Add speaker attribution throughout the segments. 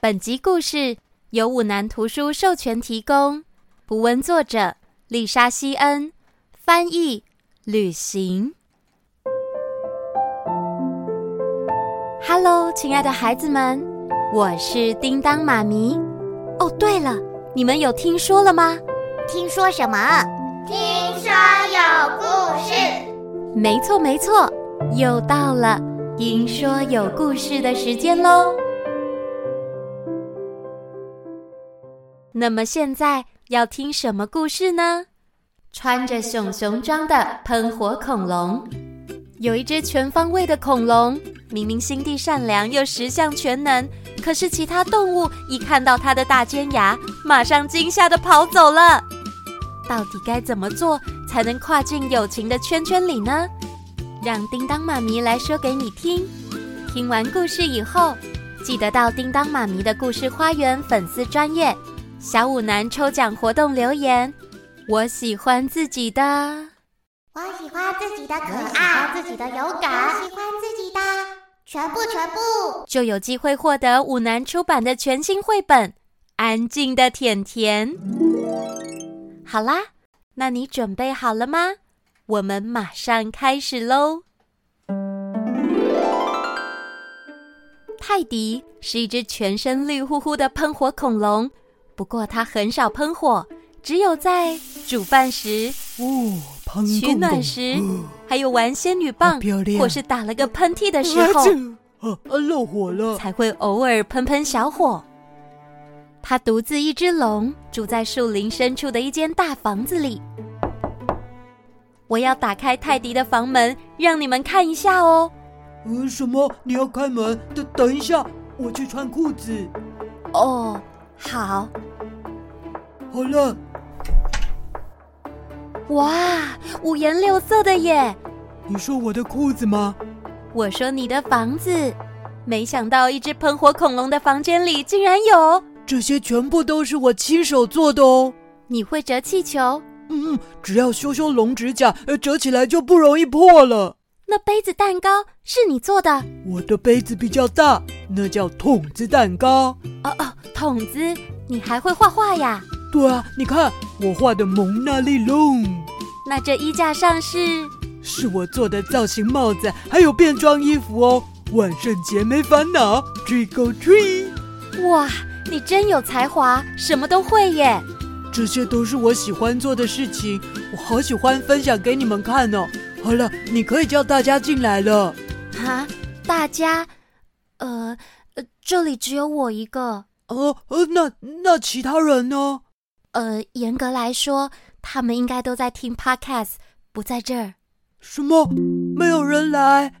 Speaker 1: 本集故事由五南图书授权提供，图文作者丽莎·西恩，翻译旅行。Hello，亲爱的孩子们，我是叮当妈咪。哦，对了，你们有听说了吗？
Speaker 2: 听说什么？
Speaker 3: 听说有故事。
Speaker 1: 没错，没错，又到了听说有故事的时间喽。那么现在要听什么故事呢？穿着熊熊装的喷火恐龙，有一只全方位的恐龙，明明心地善良又十项全能，可是其他动物一看到它的大尖牙，马上惊吓的跑走了。到底该怎么做才能跨进友情的圈圈里呢？让叮当妈咪来说给你听。听完故事以后，记得到叮当妈咪的故事花园粉丝专业小五男抽奖活动留言。我喜欢自己的，
Speaker 2: 我喜欢自己的可爱，自己的勇敢，喜欢自己的全部全部。
Speaker 1: 就有机会获得五南出版的全新绘本《安静的甜甜》。好啦，那你准备好了吗？我们马上开始喽。泰迪是一只全身绿乎乎的喷火恐龙，不过它很少喷火，只有在煮饭时、
Speaker 4: 哦，潘
Speaker 1: 取
Speaker 4: 公
Speaker 1: 暖
Speaker 4: 公
Speaker 1: 时
Speaker 4: 哦，
Speaker 1: 还有玩仙女棒
Speaker 4: 好漂亮
Speaker 1: 或是打了个喷嚏的时候
Speaker 4: 啊，这啊啊漏火了，
Speaker 1: 才会偶尔喷喷小火。它独自一只龙住在树林深处的一间大房子里。我要打开泰迪的房门，让你们看一下哦。
Speaker 4: 呃什么？你要开门？等等一下，我去穿裤子。
Speaker 1: 哦，好，
Speaker 4: 好了，
Speaker 1: 哇，五颜六色的耶！
Speaker 4: 你说我的裤子吗？
Speaker 1: 我说你的房子，没想到一只喷火恐龙的房间里竟然有。
Speaker 4: 这些全部都是我亲手做的哦。
Speaker 1: 你会折气球？
Speaker 4: 嗯，嗯，只要修修龙指甲，呃，折起来就不容易破了。
Speaker 1: 那杯子蛋糕是你做的？
Speaker 4: 我的杯子比较大，那叫筒子蛋糕。
Speaker 1: 哦哦，筒子，你还会画画呀？
Speaker 4: 对啊，你看我画的蒙娜丽龙，
Speaker 1: 那这衣架上是……
Speaker 4: 是我做的造型帽子，还有变装衣服哦。万圣节没烦恼，trick or treat。
Speaker 1: 哇，你真有才华，什么都会耶！
Speaker 4: 这些都是我喜欢做的事情，我好喜欢分享给你们看哦。好了，你可以叫大家进来了。
Speaker 1: 哈，啊大家，呃，呃这里只有我一个。
Speaker 4: 哦，呃，那那其他人呢？
Speaker 1: 呃，严格来说，他们应该都在听 podcast，不在这儿。
Speaker 4: 什么？没有人来？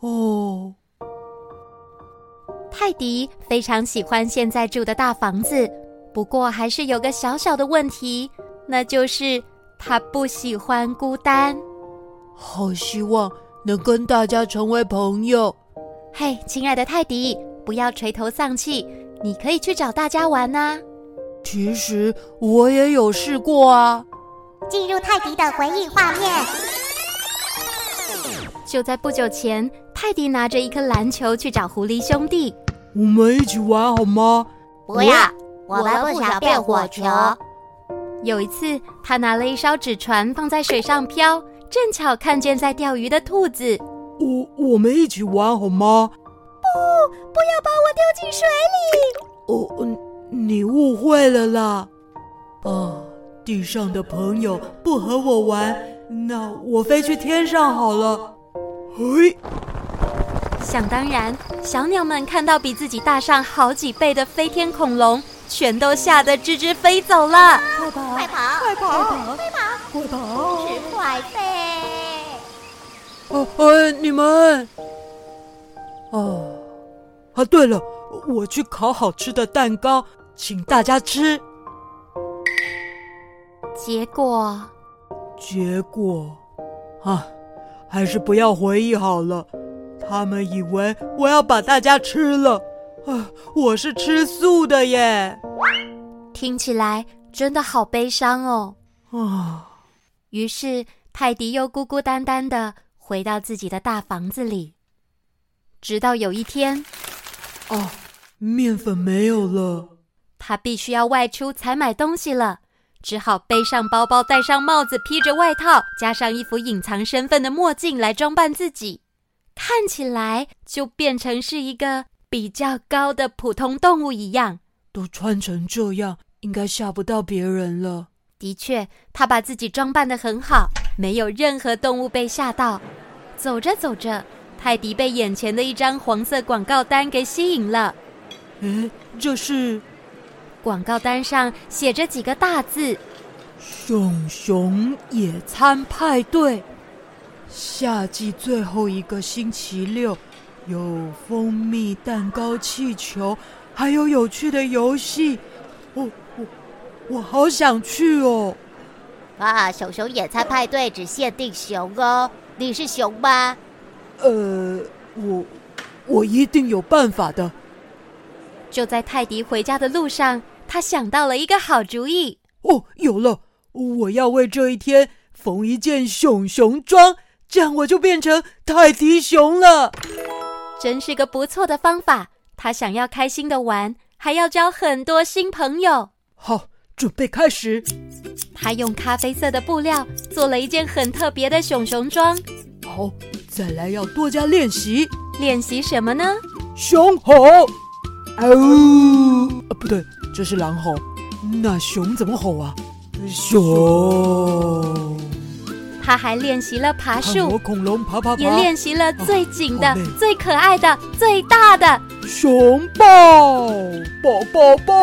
Speaker 4: 哦，
Speaker 1: 泰迪非常喜欢现在住的大房子，不过还是有个小小的问题，那就是他不喜欢孤单。
Speaker 4: 好希望能跟大家成为朋友。
Speaker 1: 嘿，亲爱的泰迪，不要垂头丧气，你可以去找大家玩呐、
Speaker 4: 其实我也有试过啊。
Speaker 2: 进入泰迪的回忆画面，
Speaker 1: 就在不久前，泰迪拿着一颗篮球去找狐狸兄弟。
Speaker 4: 我们一起玩好吗？
Speaker 2: 不要，我们不想变火球。
Speaker 1: 有一次，他拿了一艘纸船放在水上漂，正巧看见在钓鱼的兔子。
Speaker 4: 我我们一起玩好吗？
Speaker 1: 不要把我丢进水里！
Speaker 4: 哦，嗯你误会了啦。哦，地上的朋友不和我玩，那我飞去天上好了。嘿，
Speaker 1: 想当然，小鸟们看到比自己大上好几倍的飞天恐龙，全都吓得吱吱飞走了。
Speaker 2: 快跑！快跑！快跑！
Speaker 4: 快跑！
Speaker 2: 快飞！
Speaker 4: 哦，哎，你们。哦，啊，对了，我去烤好吃的蛋糕，请大家吃。
Speaker 1: 结果，
Speaker 4: 结果，啊，还是不要回忆好了。他们以为我要把大家吃了，啊，我是吃素的耶。
Speaker 1: 听起来真的好悲伤哦。
Speaker 4: 啊，
Speaker 1: 于是泰迪又孤孤单单的回到自己的大房子里，直到有一天，
Speaker 4: 哦，面粉没有了。
Speaker 1: 他必须要外出采买东西了，只好背上包包，戴上帽子，披着外套，加上一副隐藏身份的墨镜来装扮自己，看起来就变成是一个比较高的普通动物一样。
Speaker 4: 都穿成这样，应该吓不到别人了。
Speaker 1: 的确，他把自己装扮得很好，没有任何动物被吓到。走着走着，泰迪被眼前的一张黄色广告单给吸引了。
Speaker 4: 诶，这是
Speaker 1: 广告单上写着几个大字：“
Speaker 4: 熊熊野餐派对，夏季最后一个星期六，有蜂蜜蛋糕、气球，还有有趣的游戏。我”我我我好想去哦！
Speaker 2: 啊，熊熊野餐派对只限定熊哦，你是熊吗？
Speaker 4: 呃，我我一定有办法的。
Speaker 1: 就在泰迪回家的路上，他想到了一个好主意。
Speaker 4: 哦，有了！我要为这一天缝一件熊熊装，这样我就变成泰迪熊了。
Speaker 1: 真是个不错的方法。他想要开心的玩，还要交很多新朋友。
Speaker 4: 好，准备开始。
Speaker 1: 他用咖啡色的布料做了一件很特别的熊熊装。
Speaker 4: 好，再来要多加练习。
Speaker 1: 练习什么呢？
Speaker 4: 熊吼。哦，啊，不对，这是狼吼。那熊怎么吼啊？熊。
Speaker 1: 他还练习了爬树，
Speaker 4: 啊我恐龙爬爬爬。
Speaker 1: 也练习了最紧的、
Speaker 4: 啊好累
Speaker 1: 最可爱的、最大的。
Speaker 4: 熊抱，抱抱抱。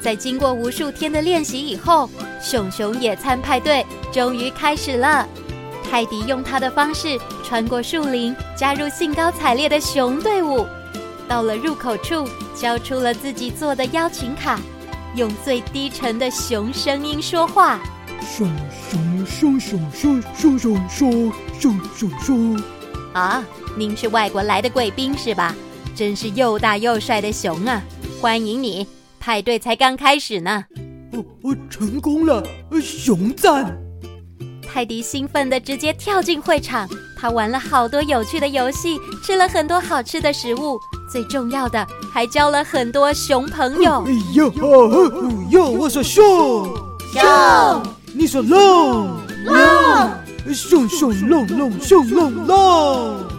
Speaker 1: 在经过无数天的练习以后，熊熊野餐派对终于开始了。泰迪用他的方式穿过树林，加入兴高采烈的熊队伍。到了入口处，交出了自己做的邀请卡，用最低沉的熊声音说话。
Speaker 4: 熊熊熊熊熊熊熊熊熊熊熊。
Speaker 1: 啊，您是外国来的贵宾是吧？真是又大又帅的熊啊！欢迎你，派对才刚开始呢。
Speaker 4: 我哦我成功了，呃熊赞。
Speaker 1: 泰迪兴奋的直接跳进会场，他玩了好多有趣的游戏，吃了很多好吃的食物，最重要的还交了很多熊朋友
Speaker 4: 哎。呦哦哟，我说熊熊，你说龙龙，熊熊龙龙熊龙哦龙。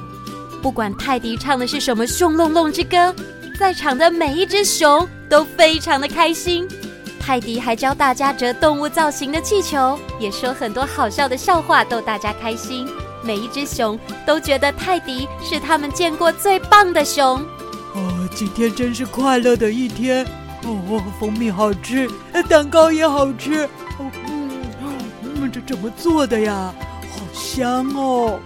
Speaker 1: 不管泰迪唱的是什么《熊隆隆之歌》，在场的每一只熊都非常的开心。泰迪还教大家折动物造型的气球，也说很多好笑的笑话逗大家开心。每一只熊都觉得泰迪是他们见过最棒的熊。
Speaker 4: 哦，今天真是快乐的一天。哦，蜂蜜好吃，呃蛋糕也好吃。哦，嗯，嗯，这怎么做的呀？好香哦！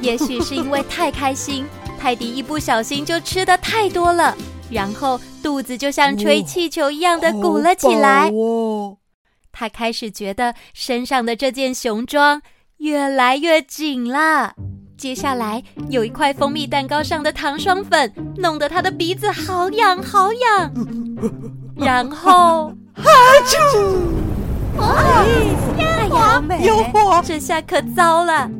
Speaker 1: 也许是因为太开心， 泰迪一不小心就吃的太多了，然后肚子就像吹气球一样的鼓了起来
Speaker 4: 好。饱哦。
Speaker 1: 他开始觉得身上的这件熊装越来越紧啦。接下来有一块蜂蜜蛋糕上的糖霜粉，弄得他的鼻子好痒好痒。然后，哈啾！哇，太
Speaker 4: 诱惑
Speaker 1: 这下可糟了。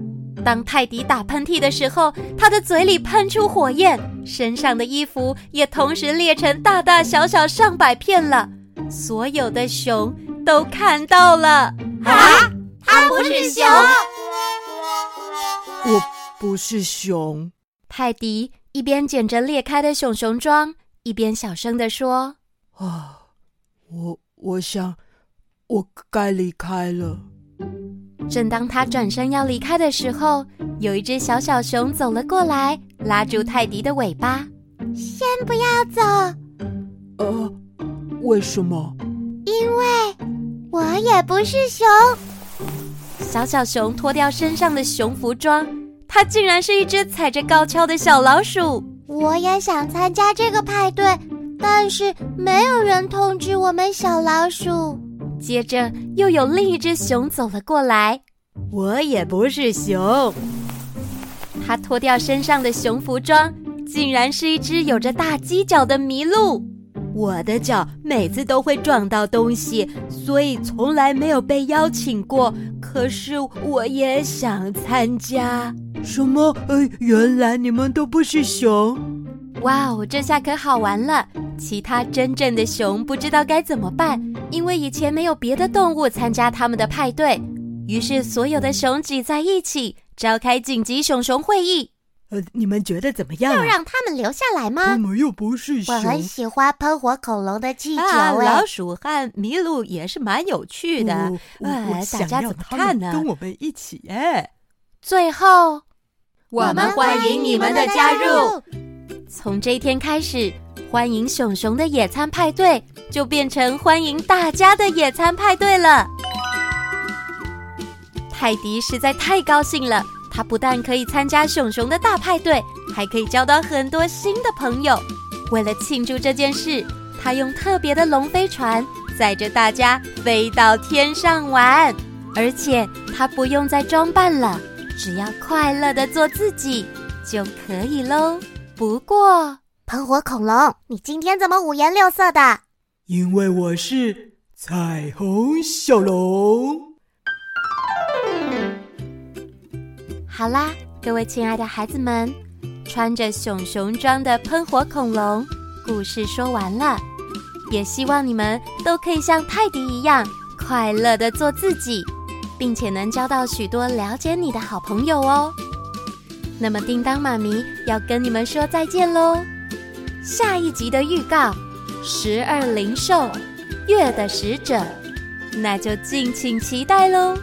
Speaker 1: 当泰迪打喷嚏的时候，他的嘴里喷出火焰，身上的衣服也同时裂成大大小小上百片了。所有的熊都看到了。啊，它不是熊！
Speaker 4: 哎
Speaker 1: 哎
Speaker 4: 我不是熊。
Speaker 1: 泰迪一边捡着裂开的熊熊装，一边小声地说
Speaker 4: 啊，我我想，我该离开了。：“
Speaker 1: 正当他转身要离开的时候，有一只小小熊走了过来，拉住泰迪的尾巴。
Speaker 2: 先不要走，
Speaker 4: 呃，为什么？
Speaker 2: 因为我也不是熊。
Speaker 1: 小小熊脱掉身上的熊服装，它竟然是一只踩着高跷的小老鼠。
Speaker 2: 我也想参加这个派对，但是没有人通知我们小老鼠。
Speaker 1: 接着又有另一只熊走了过来，
Speaker 5: 我也不是熊，
Speaker 1: 它脱掉身上的熊服装，竟然是一只有着大犄角的麋鹿。
Speaker 5: 我的脚每次都会撞到东西，所以从来没有被邀请过。可是我也想参加。
Speaker 4: 什么？呃，原来你们都不是熊。
Speaker 1: 哇哦，这下可好玩了！其他真正的熊不知道该怎么办，因为以前没有别的动物参加他们的派对。于是，所有的熊挤在一起，召开紧急熊熊会议。
Speaker 4: 呃，你们觉得怎么样、
Speaker 2: 要
Speaker 4: 啊？
Speaker 2: 让他们留下来
Speaker 4: 我
Speaker 2: 吗？
Speaker 4: 们又不是
Speaker 2: 我
Speaker 4: 熊，
Speaker 2: 很喜欢喷火恐龙的气球
Speaker 5: 啊，
Speaker 2: 哎
Speaker 5: 老，鼠和麋鹿也是蛮有趣的。
Speaker 4: 我我
Speaker 5: 哎
Speaker 4: 我
Speaker 5: 大
Speaker 4: 想
Speaker 5: 家
Speaker 4: 要
Speaker 5: 怎么
Speaker 4: 他们
Speaker 5: 看呢
Speaker 4: 跟我们一起哎。
Speaker 1: 最后，
Speaker 5: 我
Speaker 2: 们
Speaker 5: 欢迎你们的加入。
Speaker 1: 从这一天开始，欢迎熊熊的野餐派对就变成欢迎大家的野餐派对了。泰迪实在太高兴了，他不但可以参加熊熊的大派对，还可以交到很多新的朋友。为了庆祝这件事，他用特别的龙飞船载着大家飞到天上玩，而且他不用再装扮了，只要快乐的做自己就可以喽。不过，
Speaker 2: 喷火恐龙，你今天怎么五颜六色的？
Speaker 4: 因为我是彩虹小龙。
Speaker 1: 好啦，各位亲爱的孩子们，穿着熊熊装的喷火恐龙故事说完了，也希望你们都可以像泰迪一样快乐的做自己，并且能交到许多了解你的好朋友哦。那么，叮当妈咪要跟你们说再见喽。下一集的预告：十二灵兽月的使者，那就敬请期待喽。